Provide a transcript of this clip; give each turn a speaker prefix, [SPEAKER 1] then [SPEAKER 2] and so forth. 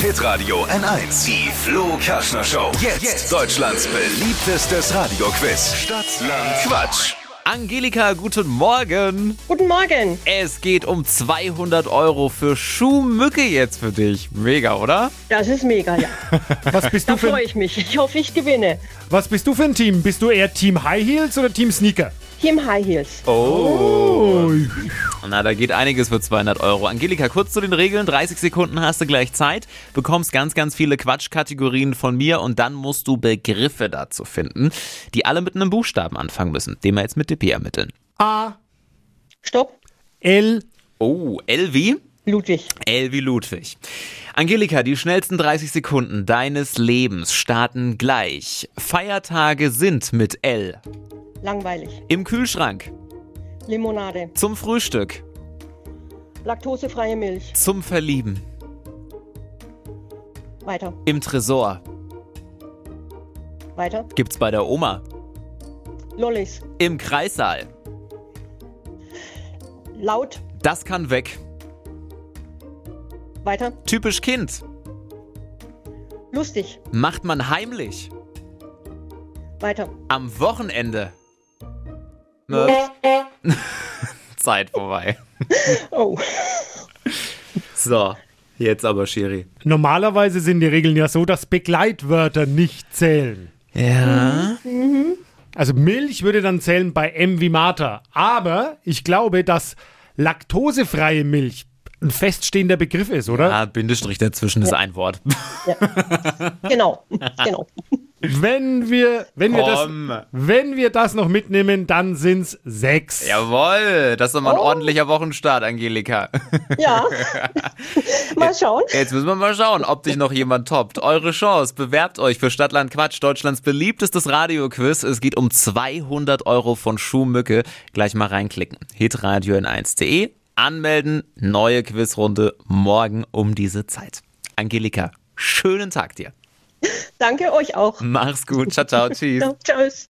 [SPEAKER 1] Hitradio N1. Die Flo Kaschner Show. Jetzt, Deutschlands beliebtestes Radioquiz. Stadt, Land, Quatsch.
[SPEAKER 2] Angelika, guten Morgen.
[SPEAKER 3] Guten Morgen.
[SPEAKER 2] Es geht um 200 Euro für Schuhmücke jetzt für dich. Mega, oder?
[SPEAKER 3] Das ist mega, ja.
[SPEAKER 4] Was bist,
[SPEAKER 3] Da
[SPEAKER 4] du für,
[SPEAKER 3] freue ich mich. Ich hoffe, ich gewinne.
[SPEAKER 4] was bist du für ein Team? Bist du eher Team High Heels oder Team Sneaker?
[SPEAKER 3] Team High Heels.
[SPEAKER 4] Oh.
[SPEAKER 2] Na, da geht einiges für 200 Euro. Angelika, kurz zu den Regeln. 30 Sekunden hast du gleich Zeit, bekommst ganz, ganz viele Quatschkategorien von mir und dann musst du Begriffe dazu finden, die alle mit einem Buchstaben anfangen müssen, den wir jetzt mit DP ermitteln.
[SPEAKER 4] A,
[SPEAKER 3] Stopp.
[SPEAKER 4] L,
[SPEAKER 2] Oh, Elvi?
[SPEAKER 3] Ludwig.
[SPEAKER 2] Elvi Ludwig. Angelika, die schnellsten 30 Sekunden deines Lebens starten gleich. Feiertage sind mit L.
[SPEAKER 3] Langweilig.
[SPEAKER 2] Im Kühlschrank.
[SPEAKER 3] Limonade.
[SPEAKER 2] Zum Frühstück.
[SPEAKER 3] Laktosefreie Milch.
[SPEAKER 2] Zum Verlieben.
[SPEAKER 3] Weiter.
[SPEAKER 2] Im Tresor.
[SPEAKER 3] Weiter.
[SPEAKER 2] Gibt's bei der Oma.
[SPEAKER 3] Lollis.
[SPEAKER 2] Im Kreissaal.
[SPEAKER 3] Laut.
[SPEAKER 2] Das kann weg.
[SPEAKER 3] Weiter.
[SPEAKER 2] Typisch Kind.
[SPEAKER 3] Lustig.
[SPEAKER 2] Macht man heimlich.
[SPEAKER 3] Weiter.
[SPEAKER 2] Am Wochenende. Ne? Zeit vorbei.
[SPEAKER 3] Oh.
[SPEAKER 2] So, jetzt aber Schiri.
[SPEAKER 4] Normalerweise sind die Regeln ja so, dass Begleitwörter nicht zählen.
[SPEAKER 2] Ja.
[SPEAKER 4] Also Milch würde dann zählen bei M wie Martha. Aber ich glaube, dass laktosefreie Milch ein feststehender Begriff ist, oder?
[SPEAKER 2] Ah, Bindestrich dazwischen ist ein Wort.
[SPEAKER 3] Genau. genau.
[SPEAKER 4] Wenn wir, wenn wir
[SPEAKER 2] Komm.
[SPEAKER 4] das, wenn wir das noch mitnehmen, dann sind's sechs.
[SPEAKER 2] Jawohl, das ist doch mal ein ordentlicher Wochenstart, Angelika.
[SPEAKER 3] Ja. Mal schauen.
[SPEAKER 2] Jetzt müssen wir mal schauen, ob dich noch jemand toppt. Eure Chance, bewerbt euch für Stadtland Quatsch, Deutschlands beliebtestes Radioquiz. Es geht um 200 Euro von Schuhmücke. Gleich mal reinklicken. Hitradio n1.de, anmelden, neue Quizrunde morgen um diese Zeit. Angelika, schönen Tag dir.
[SPEAKER 3] Danke euch auch.
[SPEAKER 2] Mach's gut, ciao, ciao, tschüss.
[SPEAKER 3] Tschüss.